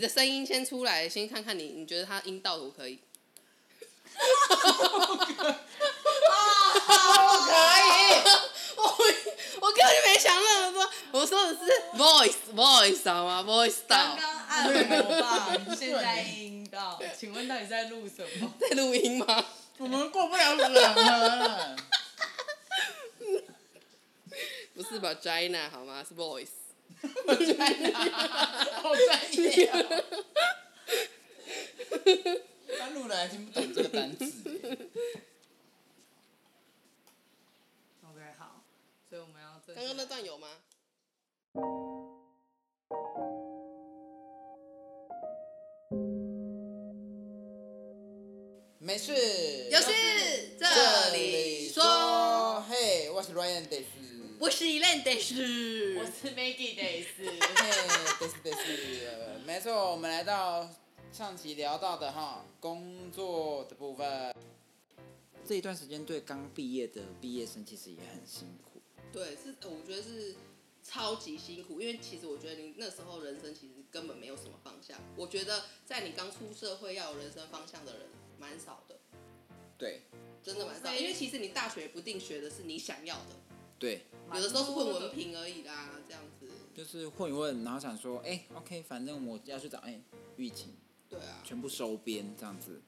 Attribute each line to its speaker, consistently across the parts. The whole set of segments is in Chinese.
Speaker 1: 你的声音先出来，先看看你，你觉得他阴道图可以？哦
Speaker 2: 不可以。
Speaker 1: 我我根本就没想那么多，我说的是 voice voice 好吗？voice 到
Speaker 2: 刚刚按摩棒，现在阴道，请问到底在录什么？
Speaker 1: 在录音吗？
Speaker 3: 我们过不了 审核。
Speaker 1: 不是吧 g i n a 好吗？是 voice。
Speaker 3: 好专业啊！
Speaker 2: 哦
Speaker 3: 他录了还听不懂这个单词，
Speaker 2: OK，好，所以我们要正
Speaker 1: 刚刚那段有吗？
Speaker 3: 没事。
Speaker 1: 有事这里说，
Speaker 3: 嘿，我是 Ryan Days。
Speaker 1: 我是 Elen 的是
Speaker 2: 我是 Maggie Days，
Speaker 3: 嘿，Days Days，没呃错，我们来到上期聊到的哈工作的部分。这一段时间对刚毕业的毕业生其实也很辛苦，
Speaker 1: 对，是呃我觉得是超级辛苦，因为其实我觉得你那时候人生其实根本没有什么方向。我觉得在你刚出社会要有人生方向的人蛮少的，
Speaker 3: 对
Speaker 1: 真的蛮少。
Speaker 2: 所以
Speaker 1: 因为其实你大学不定学的是你想要的，
Speaker 3: 对，
Speaker 1: 有的时候是混文凭而已啦，这样子。
Speaker 3: 就是混一混，然后想说，哎、o k 反正我要去找哎疫情，
Speaker 1: 对啊，
Speaker 3: 全部收编这样子。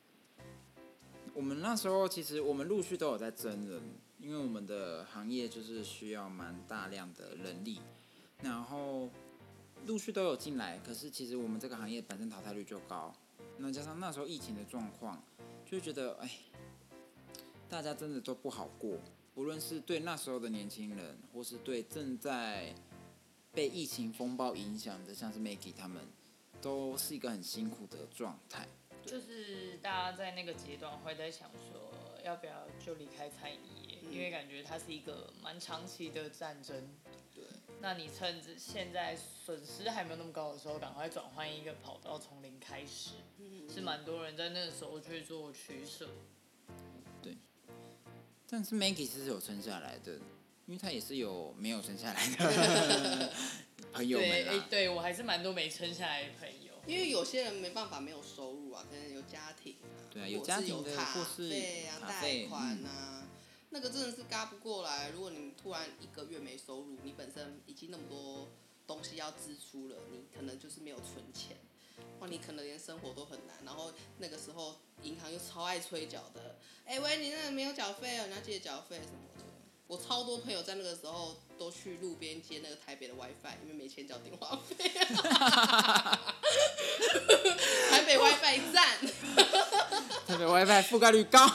Speaker 3: 我们那时候其实我们陆续都有在真人，因为我们的行业就是需要蛮大量的人力，然后陆续都有进来。可是其实我们这个行业本身淘汰率就高，那加上那时候疫情的状况，就觉得哎，大家真的都不好过，无论是对那时候的年轻人，或是对正在被疫情风暴影响的，像是 Maggie 他们，都是一个很辛苦的状态。
Speaker 2: 就是大家在那个阶段会在想说，要不要就离开餐饮业，
Speaker 1: 嗯
Speaker 2: 因为感觉它是一个蛮长期的战争。
Speaker 1: 对，
Speaker 2: 那你趁着现在损失还没有那么高的时候，赶快转换一个跑道，从零开始，
Speaker 1: 嗯
Speaker 2: 是蛮多人在那个时候去做取舍。
Speaker 3: 但是 Maggie 是有撑下来的，因为她也是有没有撑下来的 朋
Speaker 1: 啊
Speaker 3: 友
Speaker 2: 对，
Speaker 3: 们啊
Speaker 2: 哎、
Speaker 3: 啦。
Speaker 2: 对我还是蛮多没撑下来的朋友。
Speaker 1: 因为有些人没办法没有收入啊，可能有家庭啊，
Speaker 3: 对啊
Speaker 1: 或
Speaker 3: 有
Speaker 1: 是
Speaker 3: 家庭
Speaker 1: 有
Speaker 3: 的
Speaker 1: 卡
Speaker 3: 或是
Speaker 1: 费啊、
Speaker 3: 卡
Speaker 1: 贷
Speaker 3: 费嗯
Speaker 1: 款啊，那个真的是嘎不过来。如果你突然一个月没收入，你本身已经那么多东西要支出了，你可能就是没有存钱，哇，你可能连生活都很难。然后那个时候银行又超爱催缴的，哎、喂，你那个没有缴费哦，你要记得缴费什么的。我超多朋友在那个时候都去路边接那个台北的 WiFi，因为没钱缴电话费。 台北 WiFi 站
Speaker 3: 特别 WiFi 覆盖率高，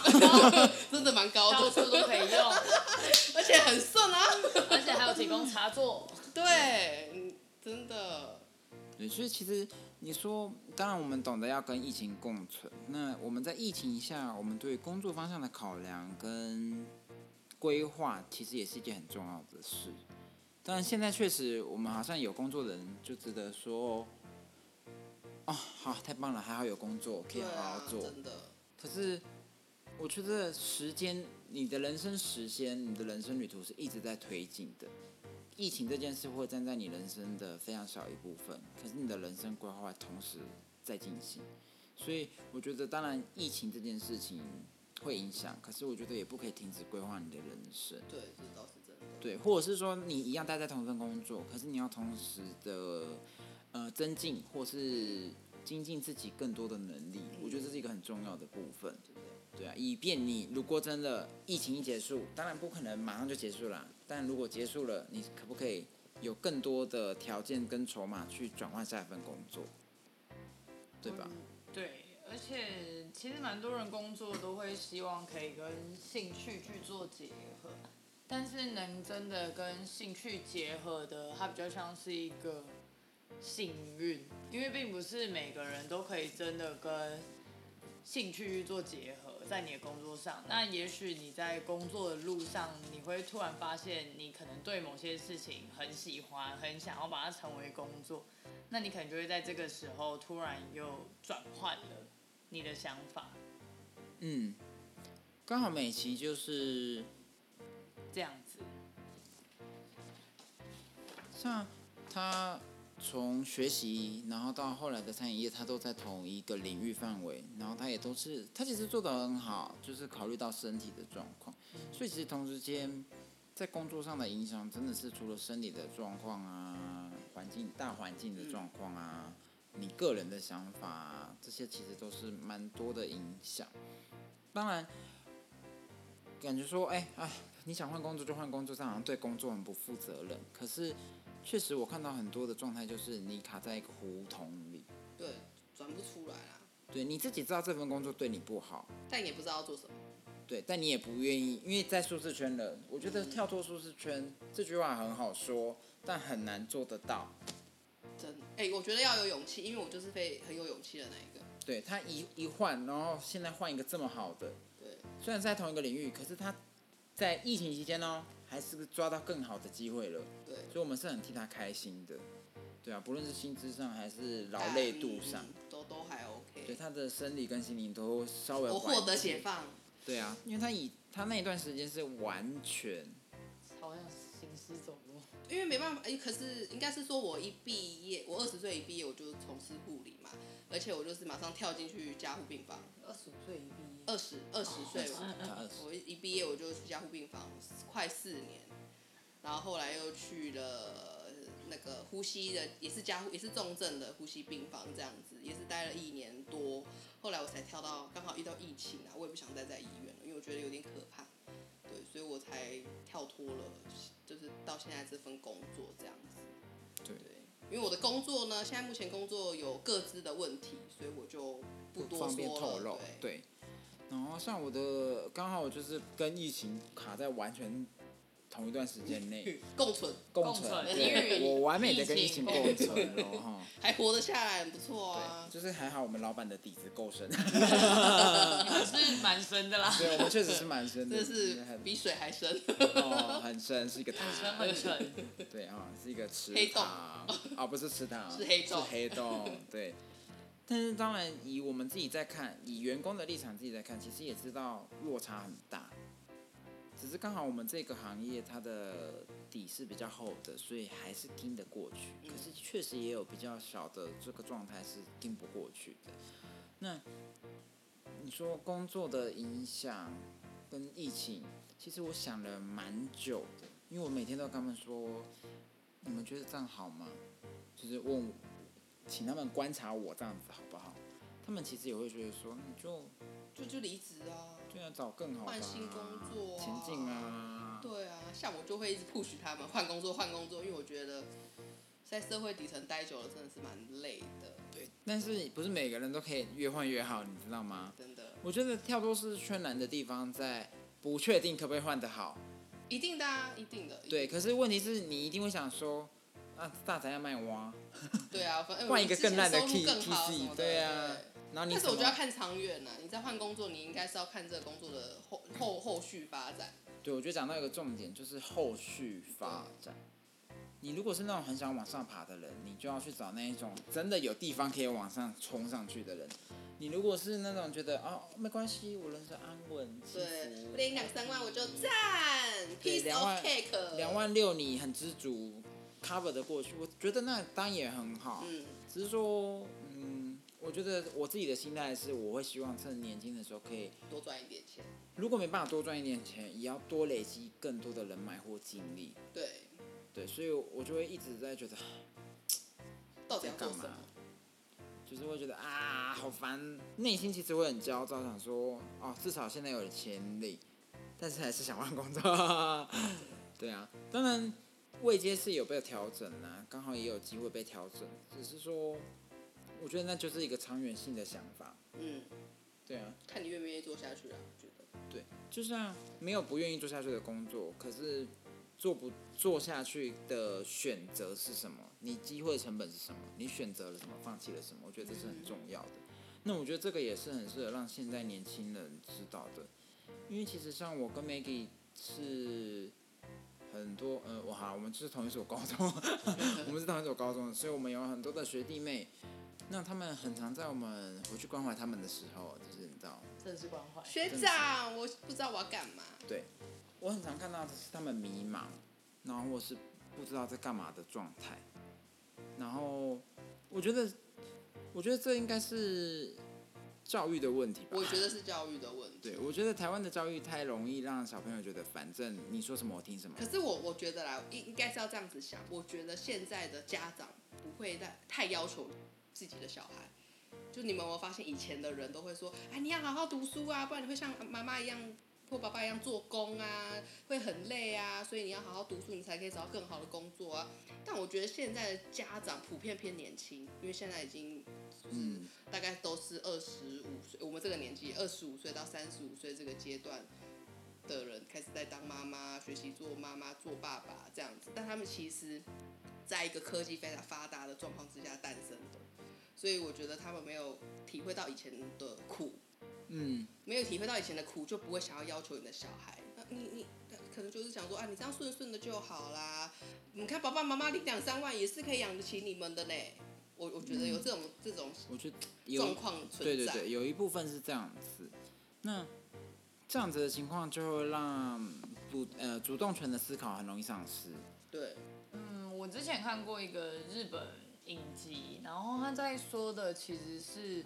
Speaker 1: 真的蛮高
Speaker 2: 到
Speaker 1: 的，
Speaker 2: 处都可以用，
Speaker 1: 而且很顺啊。
Speaker 2: 而且还有提供插座。
Speaker 1: 对，嗯真的，
Speaker 3: 对，所以其实你说，当然我们懂得要跟疫情共存。那我们在疫情下，我们对工作方向的考量跟规划，其实也是一件很重要的事。但现在确实，我们好像有工作的人就值得说，哦，好，太棒了，还好有工作可以
Speaker 1: 对
Speaker 3: 好好
Speaker 1: 啊，
Speaker 3: 做。
Speaker 1: 真的，
Speaker 3: 可是我觉得时间，你的人生时间，你的人生旅途是一直在推进的。疫情这件事会占在你人生的非常小一部分，可是你的人生规划同时在进行，所以我觉得，当然疫情这件事情会影响，可是我觉得也不可以停止规划你的人生。
Speaker 1: 对，这倒是真的。
Speaker 3: 对，或者是说你一样待在同一份工作，可是你要同时的呃增进或是精进自己更多的能力，我觉得这是一个很重要的部分，对不对？对啊，以便你如果真的疫情一结束，当然不可能马上就结束啦，但如果结束了，你可不可以有更多的条件跟筹码去转换下一份工作，对吧？
Speaker 2: 对，而且其实蛮多人工作都会希望可以跟兴趣去做结合，但是能真的跟兴趣结合的，它比较像是一个幸运，因为并不是每个人都可以真的跟兴趣去做结合，在你的工作上。那也许你在工作的路上，你会突然发现，你可能对某些事情很喜欢，很想要把它成为工作，那你可能就会在这个时候突然又转换了你的想法，
Speaker 3: 嗯，刚好美琪就是
Speaker 2: 这样子。
Speaker 3: 像他从学习，然后到后来的餐饮业，他都在同一个领域范围，然后他也都是，他其实做得很好，就是考虑到身体的状况，所以其实同时间在工作上的影响，真的是除了身体的状况啊，环境大环境的状况啊，你个人的想法、啊，这些其实都是蛮多的影响。当然，感觉说，哎哎，你想换工作就换工作，这样好像对工作很不负责任。可是，确实我看到很多的状态就是你卡在一个胡同里，
Speaker 1: 对，转不出来啦，
Speaker 3: 对你自己知道这份工作对你不好，
Speaker 1: 但也不知道要做什么。
Speaker 3: 对，但你也不愿意，因为在舒适圈了。我觉得跳脱舒适圈这句话很好说，但很难做得到。
Speaker 1: 真，哎、我觉得要有勇气，因为我就是非很有勇气的那一个。
Speaker 3: 对他一一换，然后现在换一个这么好的，
Speaker 1: 对，
Speaker 3: 虽然在同一个领域，可是他在疫情期间呢，还是抓到更好的机会了，
Speaker 1: 对，
Speaker 3: 所以我们是很替他开心的。对啊，不论是薪资上还是劳累度上
Speaker 1: 嗯，嗯都都还
Speaker 3: 对
Speaker 1: OK。
Speaker 3: 他的生理跟心灵都稍微
Speaker 1: 我
Speaker 3: 缓
Speaker 1: 获得
Speaker 3: 解
Speaker 1: 解放，
Speaker 3: 对啊，因为他以他那一段时间是完全
Speaker 2: 好像行尸走肉。
Speaker 1: 因为没办法，哎、可是应该是说我一毕业，我二十岁一毕业我就从事护理嘛，而且我就是马上跳进去加护病房，
Speaker 2: 二十五岁一毕业，
Speaker 1: 二十二十岁嘛，
Speaker 3: 他二十
Speaker 1: 我一毕业我就去加护病房快四年，然后后来又去了那个呼吸的，也是加护也是重症的呼吸病房这样子，也是待了一年多。后来我才跳到，刚好遇到疫情啊，我也不想待在医院了，因为我觉得有点可怕，对，所以我才跳脱了，就是到现在这份工作这样子。
Speaker 3: 对
Speaker 1: 因为我的工作呢，现在目前工作有各自的问题，所以我就不
Speaker 3: 不
Speaker 1: 多
Speaker 3: 方便
Speaker 1: 说
Speaker 3: 透
Speaker 1: 了
Speaker 3: 露，对。然后像我的，刚好我就是跟疫情卡在完全同一段时间 内，
Speaker 1: 对，共存。
Speaker 3: 共
Speaker 2: 存
Speaker 3: 存，
Speaker 2: 因
Speaker 3: 对，
Speaker 2: 为
Speaker 3: 我完美的跟
Speaker 2: 疫
Speaker 3: 疫
Speaker 2: 情
Speaker 3: 情共存了哦哈。
Speaker 1: 还活得下来，很不错啊
Speaker 3: 对，。就是还好我们老板的底子够深，
Speaker 2: 你们是蛮深的啦，
Speaker 3: 对我们确实是蛮深的，
Speaker 1: 这是
Speaker 3: 很
Speaker 1: 比水还深，
Speaker 3: 哦很深，是一个塔，
Speaker 2: 深很深。
Speaker 3: 对啊、是一个池
Speaker 1: 黑洞
Speaker 3: 塘，啊不是池塘，
Speaker 1: 是黑洞
Speaker 3: 是黑洞，对。但是当然，以我们自己在看，以员工的立场自己在看，其实也知道落差很大。只是刚好我们这个行业它的底是比较厚的，所以还是听得过去。
Speaker 1: 嗯
Speaker 3: 可是确实也有比较小的这个状态是听不过去的。那你说工作的影响跟疫情，其实我想了蛮久的，因为我每天都跟他们说，你们觉得这样好吗？就是问我，请他们观察我这样子好不好？他们其实也会觉得说，你就
Speaker 1: 就就离职啊。
Speaker 3: 就要找更好的、啊、
Speaker 1: 换新工作啊
Speaker 3: 前进啊，
Speaker 1: 对啊，像我就会一直 push 他们换工作换工作，因为我觉得在社会底层待久了真的是蛮累的，
Speaker 3: 对。但是不是每个人都可以越换越好，你知道吗？
Speaker 1: 真的
Speaker 3: 我觉得跳脱是圈难的地方在不确定可不可以换得好，
Speaker 1: 一定的啊，一定的。一定
Speaker 3: 对。可是问题是你一定会想说，啊，大宅要卖蛙，
Speaker 1: 对啊，反正
Speaker 3: 换一个更烂的
Speaker 1: 我之前
Speaker 3: key
Speaker 1: 收入更好
Speaker 3: key
Speaker 1: 什么的
Speaker 3: 对啊
Speaker 1: 对
Speaker 3: 然后你
Speaker 1: 但是我
Speaker 3: 怎
Speaker 1: 觉
Speaker 3: 么
Speaker 1: 得要看长远呐、你在换工作，你应该是要看这个工作的后后后续发展。
Speaker 3: 对，我觉得讲到一个重点，就是后续发展。你如果是那种很想往上爬的人，你就要去找那一种真的有地方可以往上冲上去的人。你如果是那种觉得哦没关系，我人生安稳，起
Speaker 1: 对，
Speaker 3: 伏
Speaker 1: 领两三万我就赞
Speaker 3: 对
Speaker 1: ，piece
Speaker 3: 两
Speaker 1: of
Speaker 3: 万
Speaker 1: cake，
Speaker 3: 两，万六你很知足，cover 的过去，我觉得那当然也很好。
Speaker 1: 嗯，
Speaker 3: 只是说，嗯，我觉得我自己的心态是，我会希望趁年轻的时候可以，
Speaker 1: 多赚一点钱。
Speaker 3: 如果没办法多赚一点钱，也要多累积更多的人脉或经历。
Speaker 1: 对，
Speaker 3: 对，所以我就会一直在觉得，
Speaker 1: 到底要做
Speaker 3: 在
Speaker 1: 什
Speaker 3: 干
Speaker 1: 么
Speaker 3: 嘛？就是会觉得啊，好烦，内心其实会很焦躁，想说哦，至少现在有了潜力，但是还是想换工作。 对啊，当然位阶是有被调整啊，刚好也有机会被调整，只是说，我觉得那就是一个长远性的想法。
Speaker 1: 嗯，
Speaker 3: 对啊，
Speaker 1: 看你愿不愿意做下去啊，我觉得。
Speaker 3: 对，就像没有不愿意做下去的工作，可是做不做下去的选择是什么？你机会成本是什么？你选择了什么？放弃了什么？我觉得这是很重要的。那我觉得这个也是很适合让现在年轻人知道的，因为其实像我跟 Maggie 是很多呃，我好，我们是同一所高中， 我们是同一所高中的，所以我们有很多的学弟妹。那他们很常在我们回去关怀他们的时候，就是你知道，
Speaker 2: 真的是关怀。
Speaker 1: 学长，我不知道我要干嘛。
Speaker 3: 我很常看到的是他们迷茫，然后或是不知道在干嘛的状态。然后我觉得，我觉得这应该是教育的问题吧
Speaker 1: 我。觉得是教育的问题。
Speaker 3: 对，我觉得台湾的教育太容易让小朋友觉得，反正你说什么我听什么
Speaker 1: 可。是我我觉得啦，应应该是要这样子想。我觉得现在的家长不会再太要求自己的小孩。就你们有没有发现，以前的人都会说，哎，你要好好读书啊，不然你会像妈妈一样或爸爸一样做工啊，会很累啊，所以你要好好读书，你才可以找到更好的工作啊。但我觉得现在的家长普遍偏年轻，因为现在已经就是
Speaker 3: 嗯
Speaker 1: 大概都是二十五岁，我们这个年纪二十五岁到三十五岁这个阶段的人开始在当妈妈，学习做妈妈、做爸爸这样子，但他们其实在一个科技非常发达的状况之下诞生的，所以我觉得他们没有体会到以前的苦，
Speaker 3: 嗯，
Speaker 1: 没有体会到以前的苦，就不会想要要求你的小孩。那你你可能就是想说啊，你这样顺顺的就好啦。你看爸爸妈妈领两三万也是可以养得起你们的嘞。我我觉得有这种、这种
Speaker 3: 我觉得
Speaker 1: 状
Speaker 3: 有
Speaker 1: 况存在。
Speaker 3: 对对对，有一部分是这样子。那这样子的情况就会让主呃主动权的思考很容易丧失。
Speaker 1: 对
Speaker 2: 嗯，我之前看过一个日本影集，然后他在说的其实是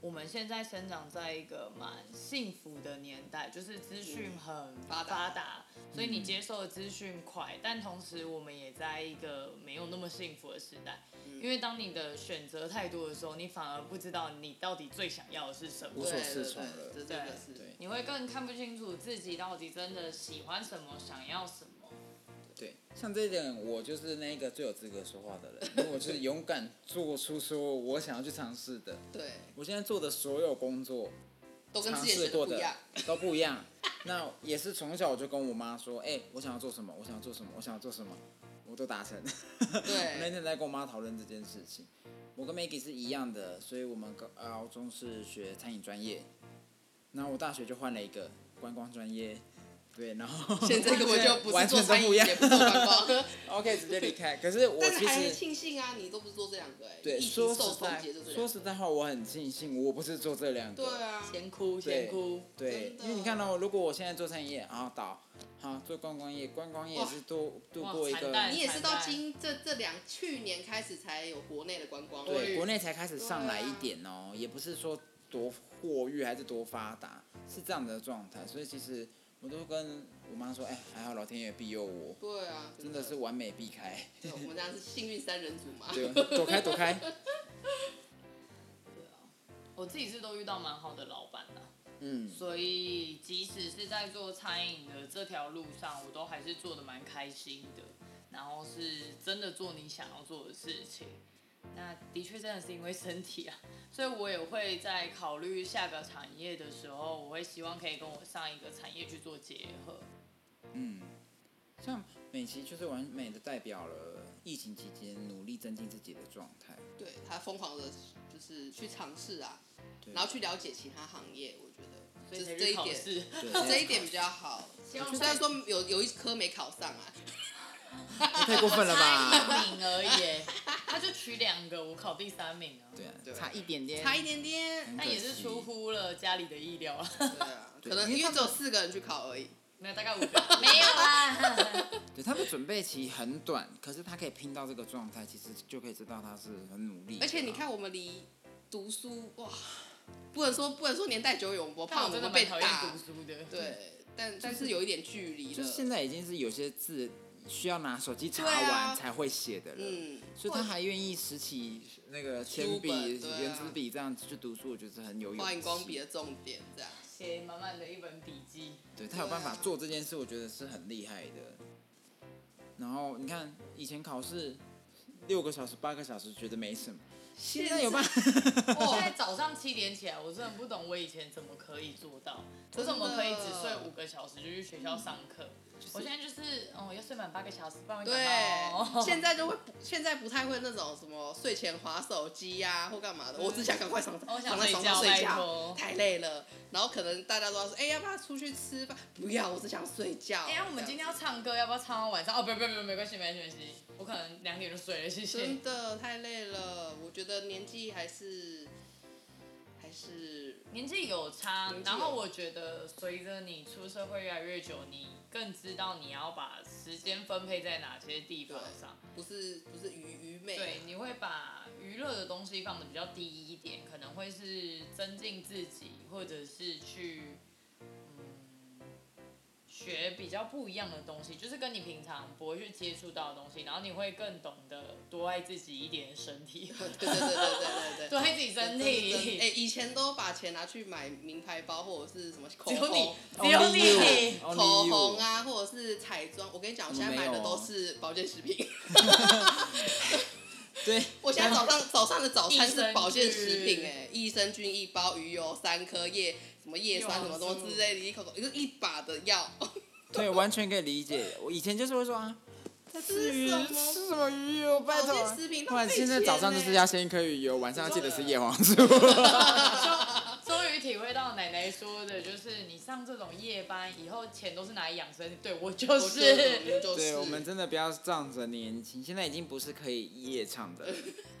Speaker 2: 我们现在生长在一个蛮幸福的年代，就是资讯很
Speaker 1: 发
Speaker 2: 发
Speaker 1: 达
Speaker 2: 达，所以你接受的资讯快，但同时我们也在一个没有那么幸福的时代，因为当你的选择太多的时候，你反而不知道你到底最想要的是什么。
Speaker 3: 无
Speaker 1: 对
Speaker 3: 所
Speaker 1: 对
Speaker 3: 适
Speaker 1: 对
Speaker 3: 从了
Speaker 1: 这真的是
Speaker 3: 对
Speaker 2: 你会更看不清楚自己到底真的喜欢什么，想要什么。
Speaker 3: 对，像这一点，我就是那个最有资格说话的人，因为我就是勇敢做出说我想要去尝试的。
Speaker 1: 对，
Speaker 3: 我现在做的所有工作
Speaker 1: 都跟
Speaker 3: 尝
Speaker 1: 之前
Speaker 3: 试
Speaker 1: 学的
Speaker 3: 过
Speaker 1: 不一
Speaker 3: 的
Speaker 1: 样。
Speaker 3: 都不一样。那也是从小我就跟我妈说，哎、我想要做什么，我想要做什么，我想要做什么，我都达成。 我那
Speaker 1: 对，
Speaker 3: 天在跟我妈讨论这件事情，我跟 Maggie 是一样的，所以我们高高中是学餐饮专业，然后我大学就换了一个观光专业，对，然后
Speaker 1: 现在根本就不是
Speaker 3: 完
Speaker 1: 做
Speaker 3: 全都
Speaker 1: 餐饮，
Speaker 3: 不一样
Speaker 1: 也不做观 光，
Speaker 3: OK 直接离开。可是我
Speaker 1: 但是
Speaker 3: 其
Speaker 1: 还
Speaker 3: 实
Speaker 1: 庆幸啊，你都不是做这两个哎、欸，
Speaker 3: 对
Speaker 1: 疫情
Speaker 3: 说
Speaker 1: 受
Speaker 3: 实
Speaker 1: 封
Speaker 3: 在
Speaker 1: 节就这
Speaker 3: 说
Speaker 1: 两个，
Speaker 3: 实在话，我很庆幸我不是做这两个，
Speaker 1: 对啊，
Speaker 2: 先哭，先哭。
Speaker 3: 对
Speaker 1: 真，的
Speaker 3: 因为你看到、如果我现在做餐饮业，然后倒，好做观光业，观光业也是度度
Speaker 2: 哇
Speaker 3: 过一
Speaker 2: 惨
Speaker 3: 个，
Speaker 2: 淡
Speaker 1: 你也是到
Speaker 2: 惨淡
Speaker 1: 今这这两去年开始才有国内的观光
Speaker 3: 对，
Speaker 1: 率
Speaker 3: 国内才开始上来
Speaker 1: 对啊
Speaker 3: 一点哦、也不是说多货运还是多发达，是这样的状态。所以其实我都跟我妈说，哎、还好老天爷庇佑我，
Speaker 1: 对啊，
Speaker 3: 真的是完美避开，
Speaker 1: 对我们家是幸运三人组嘛。
Speaker 3: 对，躲开躲 开。
Speaker 2: 对啊，我自己是都遇到蛮好的老板的，
Speaker 3: 嗯，
Speaker 2: 所以即使是在做餐饮的这条路上，我都还是做的蛮开心的，然后是真的做你想要做的事情。那的确真的是因为身体啊，所以我也会在考虑下个产业的时候，我会希望可以跟我上一个产业去做结合。
Speaker 3: 嗯，像美琪就是完美的代表了疫情期间努力增进自己的状态。
Speaker 1: 对他疯狂的，就是去尝试啊，
Speaker 3: 对
Speaker 1: 然后去了解其他行业，我觉得
Speaker 2: 所
Speaker 1: 这
Speaker 2: 以
Speaker 1: 这
Speaker 2: 才去
Speaker 1: 一
Speaker 2: 考
Speaker 1: 点，
Speaker 2: 试，
Speaker 3: 对，
Speaker 1: 这一点比较好。
Speaker 2: 望
Speaker 1: 虽然说有有一科没考上啊，
Speaker 3: 也太过分 了吧？
Speaker 2: 差一名而已，他就取两个，我考第三名啊，
Speaker 3: 对啊
Speaker 1: 对，
Speaker 3: 差一点点，
Speaker 1: 差一点 点。
Speaker 2: 那也是出乎了家里的意料啊。
Speaker 1: 对啊，可能因为只有四个人去考而已。
Speaker 2: 没有，大啊概五个。没有啊。
Speaker 3: 对，他的准备期很短，可是他可以拼到这个状态，其实就可以知道他是很努力的啊。
Speaker 1: 而且你看，我们离读书哇，不能说不能说年代久远，我
Speaker 2: 但
Speaker 1: 怕
Speaker 2: 我
Speaker 1: 我
Speaker 2: 真
Speaker 1: 们
Speaker 2: 的
Speaker 1: 会
Speaker 2: 蛮
Speaker 1: 被
Speaker 2: 讨厌
Speaker 1: 打
Speaker 2: 读。书的。嗯
Speaker 1: 对，但但是有一点距离
Speaker 3: 就是现
Speaker 1: 了。
Speaker 3: 在已经是有些字需要拿手机查
Speaker 1: 对啊
Speaker 3: 完才会写的了，
Speaker 1: 嗯，
Speaker 3: 所以他还愿意拾起那个铅
Speaker 1: 书
Speaker 3: 笔、
Speaker 1: 本对啊
Speaker 3: 圆珠笔这样子去读书，我觉得是很有勇
Speaker 1: 画
Speaker 3: 气。
Speaker 1: 荧光笔的重点这样。
Speaker 2: 写满满的一本笔记，
Speaker 3: 对他有办法
Speaker 1: 对啊
Speaker 3: 做这件事，我觉得是很厉害的。然后你看，以前考试六个小时、八个小时觉得没什么，现在有办法。
Speaker 2: 我现在早上七点起来，我真的不懂我以前怎么可以做到，我怎么可以只睡五个小时就去学校上课？我现在就是，哦，要睡满八个哦小时，不然会感冒
Speaker 1: 对，现在就会不，现在不太会那种什么睡前划手机呀、或干嘛的。我只想赶快躺
Speaker 2: 我
Speaker 1: 躺
Speaker 2: 嗯哦想
Speaker 1: 在
Speaker 2: 睡
Speaker 1: 床
Speaker 2: 觉
Speaker 1: 上睡
Speaker 2: 拜
Speaker 1: 觉
Speaker 2: 托，
Speaker 1: 太累了。然后可能大家都要说，哎、要不要出去吃饭？不要，我只想睡觉。
Speaker 2: 哎呀，我们今天要唱歌，要不要唱到晚上？哦，不不不，没关系，没关系，没关系。我可能两点就睡了，谢
Speaker 1: 这样
Speaker 2: 谢
Speaker 1: 真。的太累了。我觉得年纪还是还是
Speaker 2: 年纪有差
Speaker 1: 年，纪有
Speaker 2: 然后我觉得随着你出社会越来越久，你更知道你要把时间分配在哪些地方上。
Speaker 1: 不是不是愚愚昧，啊
Speaker 2: 对，你会把娱乐的东西放的比较低一点，可能会是增进自己，或者是去嗯学比较不一样的东西，就是跟你平常不会去接触到的东西，然后你会更懂得多爱自己一点身体，
Speaker 1: 对对对对对对对
Speaker 2: 多爱自己
Speaker 1: 真的真
Speaker 2: 身
Speaker 1: 的哎、
Speaker 2: 体。
Speaker 1: 以前都把钱拿去买名牌包或者是什么口
Speaker 2: 只有你
Speaker 1: 红、，
Speaker 2: 只有
Speaker 3: Only you，
Speaker 2: 你。
Speaker 3: Only
Speaker 1: 口
Speaker 3: you
Speaker 1: 红啊，或者是彩妆。我跟你讲，我现在买的都是保健食品。
Speaker 3: 对，
Speaker 1: 我现在早上早上的早餐
Speaker 2: 益生
Speaker 1: 是
Speaker 2: 菌
Speaker 1: 保健食品、哎，益生菌一包，鱼油三颗叶，什么叶酸什么什么之类的，一口口一个一把的 药。
Speaker 3: 对，完全可以理解。我以前就是会说啊，在吃鱼
Speaker 1: 什么
Speaker 3: 吃什么鱼油，拜托
Speaker 1: 保
Speaker 3: 啊
Speaker 1: 健食品。
Speaker 3: 不然现在早上
Speaker 1: 欸
Speaker 3: 就是要先一颗鱼油，晚上要记得吃叶黄 素。
Speaker 2: 终于体会到奶奶说的，就是你上这种夜班以后，钱都是拿来养生。对我就
Speaker 1: 我觉得我
Speaker 2: 是，
Speaker 1: 们就是，
Speaker 3: 对， 我们真的不要仗着年轻，现在已经不是可以夜唱的了，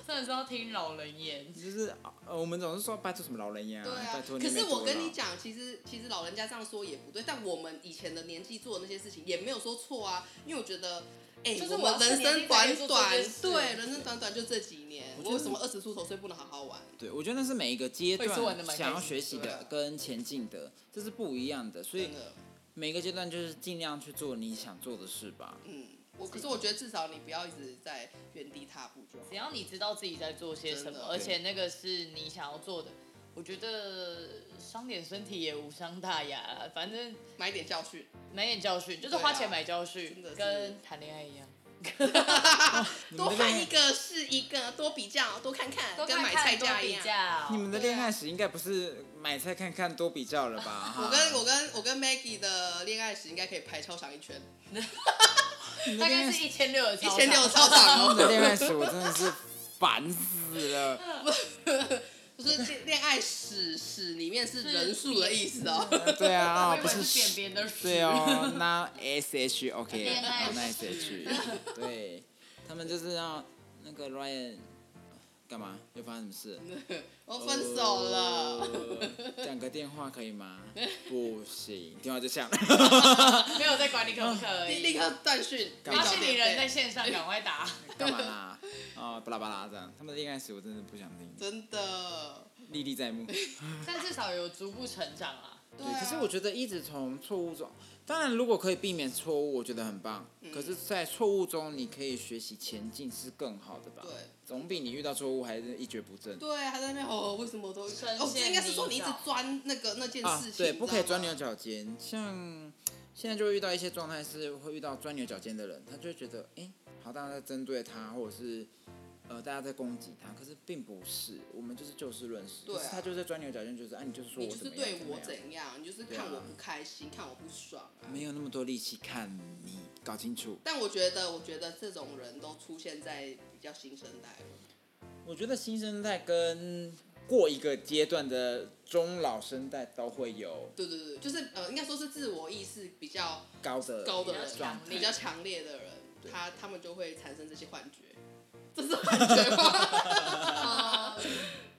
Speaker 2: 真的是要听老人言。
Speaker 3: 就是呃，我们总是说拜托什么老人呀，
Speaker 1: 对啊
Speaker 3: 拜托，你
Speaker 1: 可是
Speaker 3: 没
Speaker 1: 我
Speaker 3: 多
Speaker 1: 跟
Speaker 3: 老
Speaker 1: 你讲，其实其实老人家这样说也不对，但我们以前的年纪做的那些事情也没有说错啊，因为我觉得，哎、
Speaker 2: 就是
Speaker 1: 我
Speaker 2: 我
Speaker 1: 们
Speaker 2: 要趁
Speaker 1: 人
Speaker 2: 年
Speaker 1: 生
Speaker 2: 轻才可
Speaker 1: 短
Speaker 2: 以做
Speaker 1: 短
Speaker 2: 这件，事
Speaker 1: 对，人生短短就这几年，
Speaker 3: 我觉
Speaker 1: 我
Speaker 3: 得
Speaker 1: 为什么二十出头岁不能好好玩？
Speaker 3: 对，我觉得那是每一个阶
Speaker 2: 会说玩得蛮
Speaker 3: 段
Speaker 2: 开
Speaker 3: 想要
Speaker 2: 心
Speaker 3: 学习
Speaker 1: 对啊
Speaker 3: 的跟前进的，这是不一样的。所以
Speaker 1: 真的，
Speaker 3: 每个阶段就是尽量去做你想做的事吧。
Speaker 1: 嗯，我可是我觉得至少你不要一直在原地踏步就好
Speaker 2: 只。要你知道自己在做些什
Speaker 1: 真
Speaker 2: 么
Speaker 1: 的，
Speaker 2: 而且那个是你想要做的，我觉得伤点身体也无伤大雅啦。反正
Speaker 1: 买点教训，
Speaker 2: 买点教训，就是
Speaker 1: 对啊
Speaker 2: 花钱买教
Speaker 1: 真
Speaker 2: 训
Speaker 1: 的，是
Speaker 2: 跟谈恋爱一样。
Speaker 3: 你
Speaker 1: 多
Speaker 3: 们的
Speaker 1: 看一
Speaker 3: 恋
Speaker 1: 个是一个，多比较，多看看，
Speaker 2: 多
Speaker 1: 跟
Speaker 2: 看
Speaker 1: 买
Speaker 2: 看
Speaker 1: 菜
Speaker 2: 多
Speaker 1: 价一
Speaker 2: 比
Speaker 1: 样。
Speaker 2: 较。
Speaker 3: 你们的
Speaker 1: 对
Speaker 3: 恋
Speaker 1: 啊
Speaker 3: 爱史应该不是买菜看看多比较了吧？
Speaker 1: 我跟我
Speaker 3: 哈
Speaker 1: 跟我跟 Maggie 的恋爱史应该可以排超长一圈，
Speaker 3: 你们的
Speaker 2: 大
Speaker 3: 恋
Speaker 2: 概
Speaker 3: 爱
Speaker 2: 是
Speaker 3: 史
Speaker 2: 一千六的
Speaker 1: 一
Speaker 2: 操场，
Speaker 1: 千六超长
Speaker 3: 你们的
Speaker 1: 哦。
Speaker 3: 恋爱史，我真的是烦死了。
Speaker 1: 就是恋恋爱史史里面是人数的意思哦。
Speaker 3: 对啊，
Speaker 2: 我
Speaker 3: 啊
Speaker 2: 以为
Speaker 3: 不是
Speaker 2: 是扁扁的屎
Speaker 3: 对哦，那 S H
Speaker 2: 恋
Speaker 3: OK，
Speaker 2: 爱
Speaker 3: 那 S
Speaker 2: 史
Speaker 3: H，对，他们就是要那个 Ryan 干嘛？又发生什么事？
Speaker 1: 我分手了，
Speaker 3: 哦。讲个电话可 以吗？不行，电话就响了。
Speaker 2: 没有在管理可不可
Speaker 1: 立
Speaker 2: 以？
Speaker 1: 立刻断讯。
Speaker 3: 干嘛
Speaker 2: 发
Speaker 1: 没
Speaker 2: 现
Speaker 1: 找
Speaker 2: 你人在
Speaker 1: 免费
Speaker 2: 线上，赶快打。
Speaker 3: 干嘛啦？啊、巴拉巴拉这样，他们的恋爱史我真的不想听，
Speaker 1: 真啊的。
Speaker 3: 历历在目。
Speaker 2: 但至少有逐步成长啊。
Speaker 1: 对
Speaker 3: 对，
Speaker 1: 啊
Speaker 3: 可是我觉得一直从错误中，当然如果可以避免错误，我觉得很棒。
Speaker 1: 嗯
Speaker 3: 可是，在错误中你可以学习前进是更好的吧？
Speaker 1: 对，
Speaker 3: 总比你遇到错误还是一蹶不振。
Speaker 1: 对，还在那边哦，为什么我都
Speaker 2: 深陷
Speaker 1: 哦，这应该是说你一直
Speaker 2: 泥沼
Speaker 1: 钻那个那件
Speaker 3: 啊
Speaker 1: 事情，，
Speaker 3: 对，
Speaker 1: 你
Speaker 3: 不可以
Speaker 1: 知道
Speaker 3: 钻
Speaker 1: 吗
Speaker 3: 牛角尖。像现在就会遇到一些状态是会遇到钻牛角尖的人，他就会觉得，哎、好，大家在针对他，或者是呃，大家在攻击他，可是并不是，我们就是就事论事。
Speaker 1: 对啊
Speaker 3: 可是他就是在钻牛角尖，就是啊，你就是说
Speaker 1: 你
Speaker 3: 我
Speaker 1: 就
Speaker 3: 怎
Speaker 1: 是
Speaker 3: 么样
Speaker 1: 对
Speaker 3: 怎么
Speaker 1: 我
Speaker 3: 样
Speaker 1: 怎样，你就是
Speaker 3: 对
Speaker 1: 看
Speaker 3: 啊
Speaker 1: 我不开心，看我不爽啊。
Speaker 3: 没有那么多力气看你，搞清楚。
Speaker 1: 但我觉得，我觉得这种人都出现在比较新生代了。
Speaker 3: 我觉得新生代跟过一个阶段的中老生代都会有
Speaker 1: 对对对，就是呃，应该说是自我意识比较
Speaker 3: 高的
Speaker 1: 高的
Speaker 2: 比较
Speaker 1: 人，
Speaker 3: 强
Speaker 1: 比
Speaker 2: 烈
Speaker 1: 较强烈的人，
Speaker 3: 对
Speaker 1: 他他们就会产生这些幻觉。这是幻觉吗？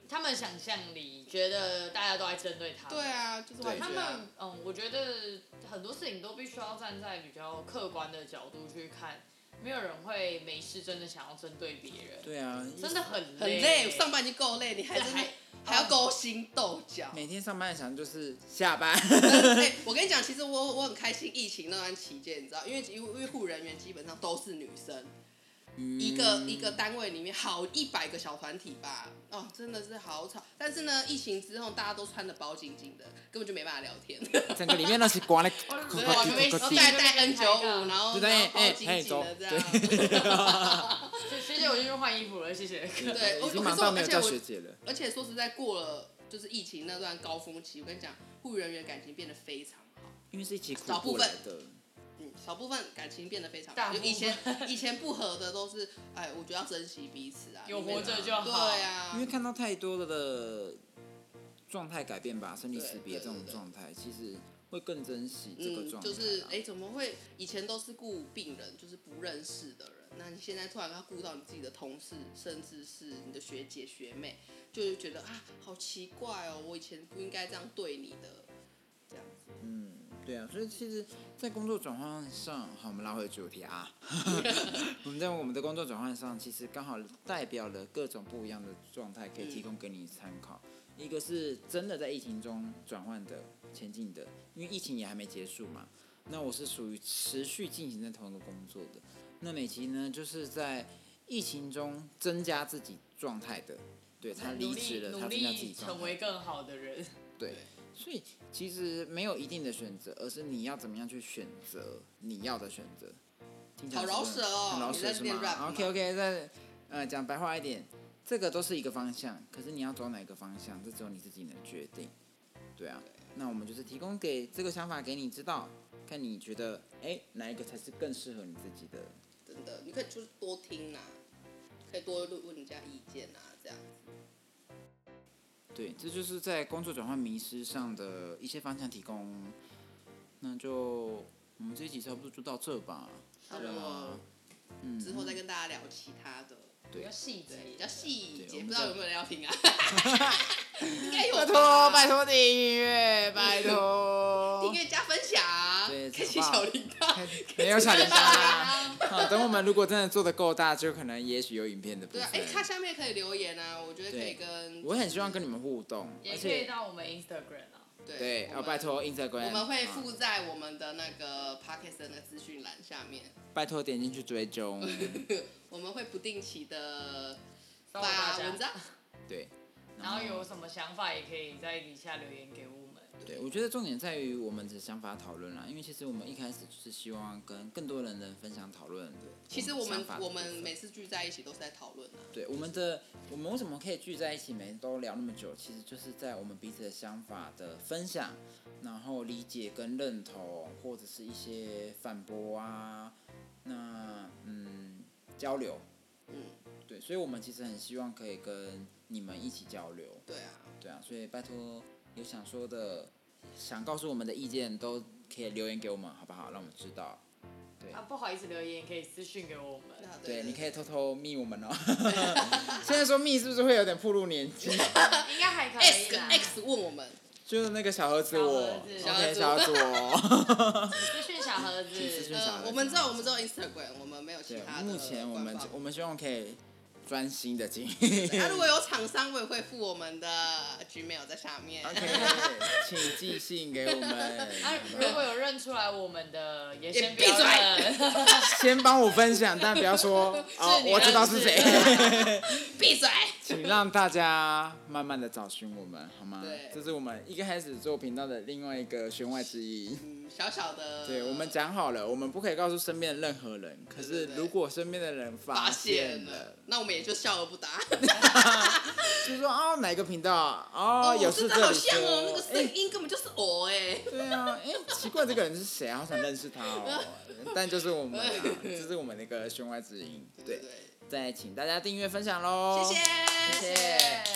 Speaker 2: 他们想象里觉得大家都在针对他，
Speaker 1: 对，啊，就是幻觉、
Speaker 2: 他
Speaker 1: 啊。
Speaker 2: 们嗯，我觉得很多事情都必须要站在比较客观的角度去看，没有人会没事真的想要针对别人，
Speaker 3: 对啊，
Speaker 2: 真的很
Speaker 1: 很累，上班已经够累，你还
Speaker 2: 还
Speaker 1: 是还要勾心斗角。
Speaker 3: 每天上班的想就是下班。
Speaker 1: 哎、我跟你讲，其实我我很开心，疫情那段期间，你知道，因为因为因为护人员基本上都是女生，一个一个单位里面好一百个小团体吧，哦，真的是好吵。但是呢，疫情之后大家都穿的包紧紧的，根本就没办法聊天。
Speaker 3: 整个里面都是光的，
Speaker 2: 我
Speaker 1: 然后
Speaker 2: 以为
Speaker 1: 戴
Speaker 2: 是在
Speaker 1: 戴 N 九五，然后
Speaker 3: 就
Speaker 1: 然
Speaker 3: 在
Speaker 1: 后包紧
Speaker 3: 哎
Speaker 1: 紧的这样。
Speaker 2: 学学姐我就去换衣服了，谢谢。
Speaker 1: 对，呃我
Speaker 3: 已经
Speaker 1: 可
Speaker 3: 忙
Speaker 1: 是我
Speaker 3: 到没
Speaker 1: 而
Speaker 3: 有
Speaker 1: 且
Speaker 3: 叫
Speaker 1: 我
Speaker 3: 学姐了。
Speaker 1: 而且说实在，过了就是疫情那段高峰期，我跟你讲，护人员感情变得非常好。
Speaker 3: 因为是一起苦
Speaker 1: 少部
Speaker 3: 过
Speaker 1: 分
Speaker 3: 来的，
Speaker 1: 嗯，少部分感情变得非常
Speaker 2: 大
Speaker 1: 好，就
Speaker 2: 部分
Speaker 1: 以前以前不合的都是，哎，我觉得要珍惜彼此啊，
Speaker 2: 有
Speaker 1: 你们
Speaker 2: 活着就好。
Speaker 1: 对
Speaker 3: 因
Speaker 1: 啊
Speaker 3: 为，看到太多了的状态改变吧，生离
Speaker 1: 对
Speaker 3: 死别
Speaker 1: 对
Speaker 3: 这种
Speaker 1: 对
Speaker 3: 状态，其实会更珍惜这个
Speaker 1: 嗯，
Speaker 3: 状态啊
Speaker 1: 就
Speaker 3: 啦。
Speaker 1: 是哎、怎么会以前都是顾病人，就是不认识的人，那你现在突然要顾到你自己的同事，甚至是你的学姐学妹，就是觉得啊，好奇怪哦，我以前不应该这样对你的，这样子。
Speaker 3: 对啊，所以其实，在工作转换上，好，我们拉回主 题啊。我们在我们的工作转换上，其实刚好代表了各种不一样的状态，可以提供给你参考。一个是真的在疫情中转换的、前进的，因为疫情也还没结束嘛。那我是属于持续进行在同一个工作的。那美琪呢，就是在疫情中增加自己状态的，对她
Speaker 2: 努
Speaker 3: 离职
Speaker 2: 力
Speaker 3: 了，
Speaker 2: 努
Speaker 3: 她增加自己
Speaker 2: 力
Speaker 3: 状
Speaker 2: 成
Speaker 3: 态
Speaker 2: 为。更好的人。
Speaker 3: 对，所以其实没有一定的选择，而是你要怎么样去选择你要的选择。听起来
Speaker 1: 好饶舌哦
Speaker 3: 很饶
Speaker 1: 你在
Speaker 3: 舌是
Speaker 1: 念 rap
Speaker 3: 吗
Speaker 1: 吗
Speaker 3: ？OK OK，再呃讲白话一点，这个都是一个方向，可是你要走哪个方向，这只有你自己能决定。对啊，那我们就是提供给这个想法给你知道，看你觉得哎、哪一个才是更适合你自己的。
Speaker 1: 真的，你可以就是多听啦、可以多问问人家意见啊，这样子。
Speaker 3: 对，这就是在工作转换迷失上的一些方向提供。那就我们这一集差不多就到这吧。
Speaker 1: 差不
Speaker 3: 对啊嗯
Speaker 1: 多，之后再跟大家聊其他的，
Speaker 3: 对
Speaker 2: 比较细节
Speaker 1: 对，比较细
Speaker 3: 对我
Speaker 1: 节，
Speaker 3: 们
Speaker 1: 不知道
Speaker 3: 这
Speaker 1: 有没有人要听 啊？应该有
Speaker 3: 拜
Speaker 1: 吧
Speaker 3: 托，拜，托订阅，拜托
Speaker 1: 订。阅加分享，啊
Speaker 3: 对
Speaker 1: 开启
Speaker 3: 好不好
Speaker 1: 小铃铛，
Speaker 3: 没有小铃铛啦。
Speaker 2: 啊
Speaker 3: 好，等我们如果真的做的够大，就可能也许有影片的部
Speaker 1: 对
Speaker 3: 分
Speaker 1: 啊，。哎，它下面可以留言啊，我觉得可以
Speaker 3: 对
Speaker 1: 跟，
Speaker 3: 我很希望跟你们互动，而
Speaker 2: 也可以
Speaker 3: 且
Speaker 2: 到我们 Instagram 啊。
Speaker 1: 对
Speaker 3: 对，
Speaker 1: 我
Speaker 3: 啊，
Speaker 1: 们
Speaker 3: 拜托 Instagram，
Speaker 1: 我们会
Speaker 3: 啊
Speaker 1: 附在我们的那个 podcast 的那个资讯栏下 面，
Speaker 3: 拜托点进去 追踪。
Speaker 1: 我们会不定期的
Speaker 2: 骚扰啊大
Speaker 1: 发
Speaker 2: 家
Speaker 1: 文章，
Speaker 3: 对，
Speaker 2: 然后有什么想法也可以在底下留言给我们。
Speaker 3: 对，我觉得重点在于我们的想法讨论啦，因为其实我们一开始就是希望跟更多人能分享讨论。
Speaker 1: 其实我
Speaker 3: 想
Speaker 1: 们
Speaker 3: 法的
Speaker 1: 我
Speaker 3: 部分
Speaker 1: 们每次聚在一起都是在讨论啊，
Speaker 3: 对我们的我们为什么可以聚在一起，每天都聊那么久，其实就是在我们彼此的想法的分享，然后理解跟认同，或者是一些反驳啊，那嗯交流，
Speaker 1: 嗯，
Speaker 3: 对，所以我们其实很希望可以跟你们一起交流，
Speaker 1: 对啊，
Speaker 3: 对啊，所以拜托有想说的、想告诉我们的意见，都可以留言给我们，好不好？让我们知道。
Speaker 2: 啊，不好意思留言，也可以私讯给我们。
Speaker 1: 那
Speaker 3: 对，
Speaker 1: 对，啊
Speaker 3: 你可以偷偷密我们哦。 现在说密是不是会有点暴露年纪？
Speaker 2: 啊应该还可
Speaker 1: X
Speaker 2: 以
Speaker 1: 跟
Speaker 2: 啦。
Speaker 1: X 问我们，
Speaker 3: 就是那个小盒子我
Speaker 2: 小
Speaker 1: 盒
Speaker 3: o k
Speaker 1: 子
Speaker 3: 小盒子我。
Speaker 2: 私讯小盒
Speaker 3: 私
Speaker 2: 子
Speaker 3: 讯。小
Speaker 1: 呃，
Speaker 3: 的
Speaker 1: 我们知道我们知道 Instagram，我们没有其
Speaker 3: 对
Speaker 1: 他，的
Speaker 3: 目前我们
Speaker 1: 官
Speaker 3: 我
Speaker 1: 方
Speaker 3: 们希望可以专心的经营。
Speaker 1: 对啊，如果有厂商，我也会附我们的 Gmail 在下面。
Speaker 3: OK，请寄信给我们。
Speaker 2: 啊，如果有认出来我们的，也先不
Speaker 1: 闭
Speaker 2: 要
Speaker 1: 嘴
Speaker 2: 认。
Speaker 3: 先帮我分享，但不要说哦，
Speaker 2: 你
Speaker 3: 我知道是谁。
Speaker 1: 闭嘴！
Speaker 3: 请让大家慢慢的找寻我们，好吗？
Speaker 1: 对
Speaker 3: 这是我们一开始做频道的另外一个弦外之一。
Speaker 1: 嗯，小小的，
Speaker 3: 对，我们讲好了，我们不可以告诉身边的任何人。可是
Speaker 1: 对对
Speaker 3: 如果身边的人
Speaker 1: 发
Speaker 3: 发
Speaker 1: 现
Speaker 3: 现
Speaker 1: 了
Speaker 3: 了，，
Speaker 1: 那我们也就笑而不答。
Speaker 3: 就说哦哪个频道哦有事
Speaker 1: 真
Speaker 3: 这
Speaker 1: 的
Speaker 3: 里
Speaker 1: 好像哦，那个
Speaker 3: 说哎
Speaker 1: 声音根本就是我哎。
Speaker 3: 对啊，哎、奇怪，这个人是谁啊？好想认识他 哦。但就是我们、啊，这是我们的一个弦外之音。
Speaker 1: 对
Speaker 3: 对，
Speaker 1: 对，
Speaker 3: 再请大家订阅分享喽。
Speaker 1: 谢谢，
Speaker 2: 谢
Speaker 3: 谢谢。
Speaker 2: 谢